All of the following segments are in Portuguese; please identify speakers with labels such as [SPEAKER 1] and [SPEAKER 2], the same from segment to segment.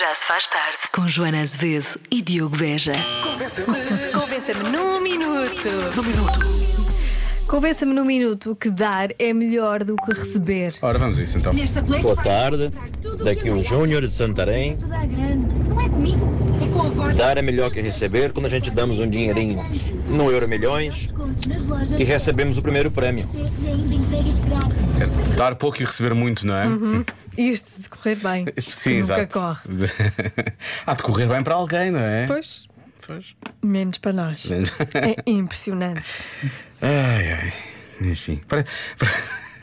[SPEAKER 1] Já se faz tarde. Com Joana Azevedo e Diogo Beja.
[SPEAKER 2] Convença-me num minuto. Num minuto. Convença-me num minuto que dar é melhor do que receber.
[SPEAKER 3] Ora, vamos a isso então.
[SPEAKER 4] Boa tarde, daqui o Júnior de Santarém.
[SPEAKER 5] Não é comigo, é com a voz.
[SPEAKER 4] Dar é melhor que receber quando a gente damos um dinheirinho no Euro Milhões
[SPEAKER 5] Descontos nas lojas
[SPEAKER 4] e recebemos o primeiro É prêmio.
[SPEAKER 5] e ainda entregas grátis.
[SPEAKER 3] É Dar pouco e receber muito, não é?
[SPEAKER 2] Isto se correr bem. Uhum. que
[SPEAKER 3] Sim,
[SPEAKER 2] nunca
[SPEAKER 3] exato.
[SPEAKER 2] corre.
[SPEAKER 3] Há de correr bem para alguém, não é?
[SPEAKER 2] Pois,
[SPEAKER 3] Pois.
[SPEAKER 2] menos para nós. É impressionante.
[SPEAKER 3] Ai, ai. Enfim. Pare- pare-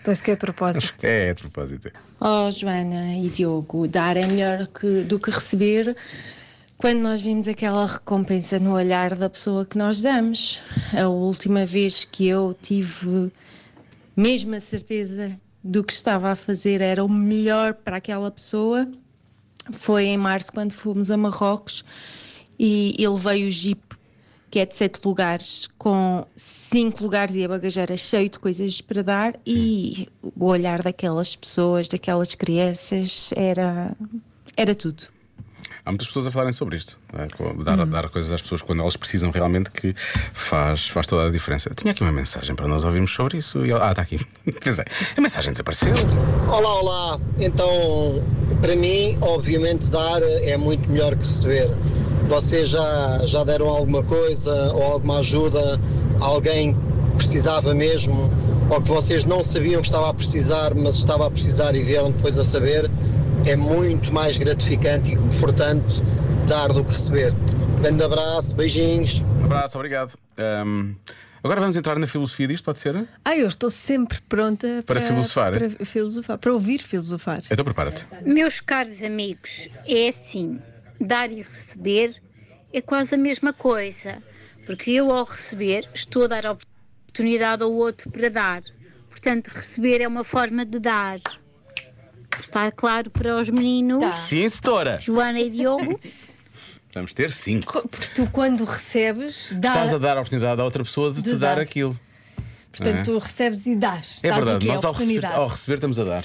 [SPEAKER 2] Parece que é de propósito.
[SPEAKER 3] É, é de propósito.
[SPEAKER 6] Oh, Joana e Diogo, dar é melhor que- do que receber quando nós vimos aquela recompensa no olhar da pessoa que nós damos. A última vez que eu tive mesmo a certeza do que estava a fazer era o melhor para aquela pessoa foi em março, quando fomos a Marrocos e ele veio o Jeep, que é de sete lugares, com cinco lugares e a bagageira cheio de coisas para dar. E o olhar daquelas pessoas, daquelas crianças, era, era tudo.
[SPEAKER 3] Há muitas pessoas a falarem sobre isto. não é? Com-
[SPEAKER 2] Uhum.
[SPEAKER 3] Dar, dar coisas às pessoas quando elas precisam realmente que faz, faz toda a diferença. Eu tinha aqui uma mensagem para nós ouvirmos sobre isso. e- ah, está aqui. Pois é. A mensagem desapareceu.
[SPEAKER 7] Olá, olá. Então, para mim, obviamente, dar é muito melhor que receber. Vocês já, já deram alguma coisa ou alguma ajuda a alguém que precisava mesmo ou que vocês não sabiam que estava a precisar, mas estava a precisar e vieram depois a saber? É muito mais gratificante e confortante dar do que receber. Grande abraço, beijinhos.
[SPEAKER 3] Um abraço, obrigado. Ahm, agora vamos entrar na filosofia disto, pode ser?
[SPEAKER 2] Ah, eu estou sempre pronta
[SPEAKER 3] Para filosofar,
[SPEAKER 2] Para
[SPEAKER 3] é?
[SPEAKER 2] filosofar, para ouvir filosofar.
[SPEAKER 3] Então prepara-te.
[SPEAKER 8] Meus caros amigos, é assim: dar e receber é quase a mesma coisa, porque eu, ao receber, estou a dar a oportunidade ao outro para dar. Portanto, receber é uma forma de dar. Está claro para os meninos,
[SPEAKER 3] Sim, setora.
[SPEAKER 8] Joana e Diogo?
[SPEAKER 3] Vamos ter cinco.
[SPEAKER 2] Co- Porque tu, quando recebes, dás.
[SPEAKER 3] Estás a dar a oportunidade à outra pessoa de,
[SPEAKER 2] Ah, De
[SPEAKER 3] te dar,
[SPEAKER 2] dar.
[SPEAKER 3] aquilo.
[SPEAKER 2] Portanto, tu recebes e dás.
[SPEAKER 3] É
[SPEAKER 2] dás o
[SPEAKER 3] verdade,
[SPEAKER 2] quê?
[SPEAKER 3] nós ao receber,
[SPEAKER 2] oportunidade.
[SPEAKER 3] ao receber estamos a dar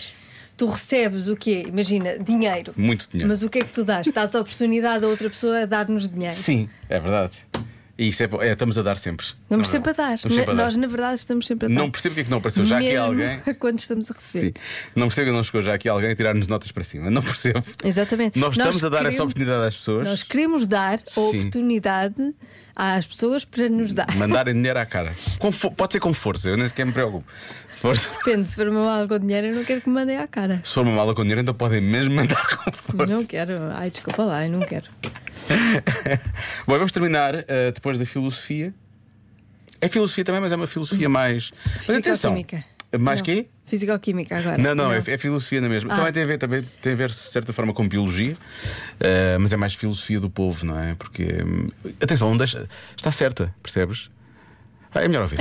[SPEAKER 2] Tu recebes o quê? Imagina, dinheiro.
[SPEAKER 3] muito dinheiro.
[SPEAKER 2] Mas o que é que tu dás? Dás a oportunidade a outra pessoa a dar-nos dinheiro.
[SPEAKER 3] Sim, é verdade. E isso é, bo- é, estamos a dar sempre.
[SPEAKER 2] Estamos
[SPEAKER 3] Não,
[SPEAKER 2] sempre a
[SPEAKER 3] não.
[SPEAKER 2] dar.
[SPEAKER 3] Estamos
[SPEAKER 2] Na-
[SPEAKER 3] sempre a dar.
[SPEAKER 2] Nós, na verdade, estamos sempre a dar.
[SPEAKER 3] Não percebo porque é que não apareceu já aqui
[SPEAKER 2] Mesmo
[SPEAKER 3] alguém.
[SPEAKER 2] Quando estamos a receber.
[SPEAKER 3] Sim. Não percebo que não chegou já aqui alguém a tirar-nos notas para cima. Não percebo.
[SPEAKER 2] Exatamente.
[SPEAKER 3] Nós,
[SPEAKER 2] Nós
[SPEAKER 3] estamos a dar essa
[SPEAKER 2] queremos-
[SPEAKER 3] oportunidade às pessoas.
[SPEAKER 2] Nós queremos dar a
[SPEAKER 3] Sim.
[SPEAKER 2] oportunidade às pessoas para nos dar.
[SPEAKER 3] Mandarem dinheiro à cara. Com fo- Pode ser com força, eu nem sequer me preocupo. Força.
[SPEAKER 2] Depende, se for uma mala com dinheiro, eu não quero que me mandem à cara.
[SPEAKER 3] Se for uma mala com dinheiro, então podem mesmo mandar com força.
[SPEAKER 2] Não quero. Ai, desculpa lá, eu não quero.
[SPEAKER 3] Bom, vamos terminar eh, depois da filosofia. É filosofia também, mas é uma filosofia mais. Mas atenção.
[SPEAKER 2] Fisicoquímica.
[SPEAKER 3] Mais
[SPEAKER 2] Não.
[SPEAKER 3] quê?
[SPEAKER 2] Fisicoquímica agora.
[SPEAKER 3] Não, não, É, é filosofia na mesma.
[SPEAKER 2] Ah.
[SPEAKER 3] Também tem a ver, também tem a ver, de certa forma, com biologia, eh, mas é mais filosofia do povo, não é? Porque. hum, atenção, não deixa- está certa, percebes? Ah, é melhor ouvir.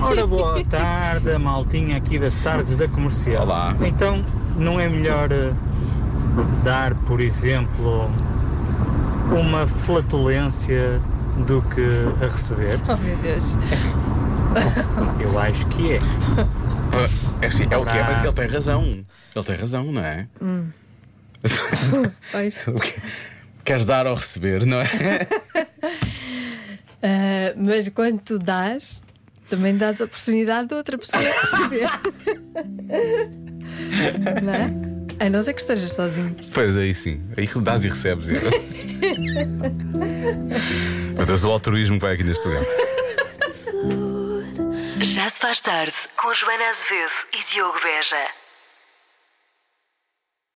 [SPEAKER 9] Ora, boa tarde, a maltinha aqui das tardes da comercial.
[SPEAKER 3] Olá.
[SPEAKER 9] Então, não é melhor eh, dar, por exemplo, uma flatulência do que a receber?
[SPEAKER 2] Oh, meu Deus.
[SPEAKER 9] Eu acho que é.
[SPEAKER 3] Ah, é, assim, é o que é, mas ele tem razão. Ele tem razão, não é?
[SPEAKER 2] Pois.
[SPEAKER 3] O que- Queres dar ou receber, não é?
[SPEAKER 2] Ah, mas quando tu dás, também dás a oportunidade a outra pessoa a receber. não é? A não ser que estejas sozinho.
[SPEAKER 3] Pois aí sim, aí dás e recebes. é. Meu Deus, o altruísmo que vai aqui neste programa.
[SPEAKER 1] Já se faz tarde. Com Joana Azevedo e Diogo Beja.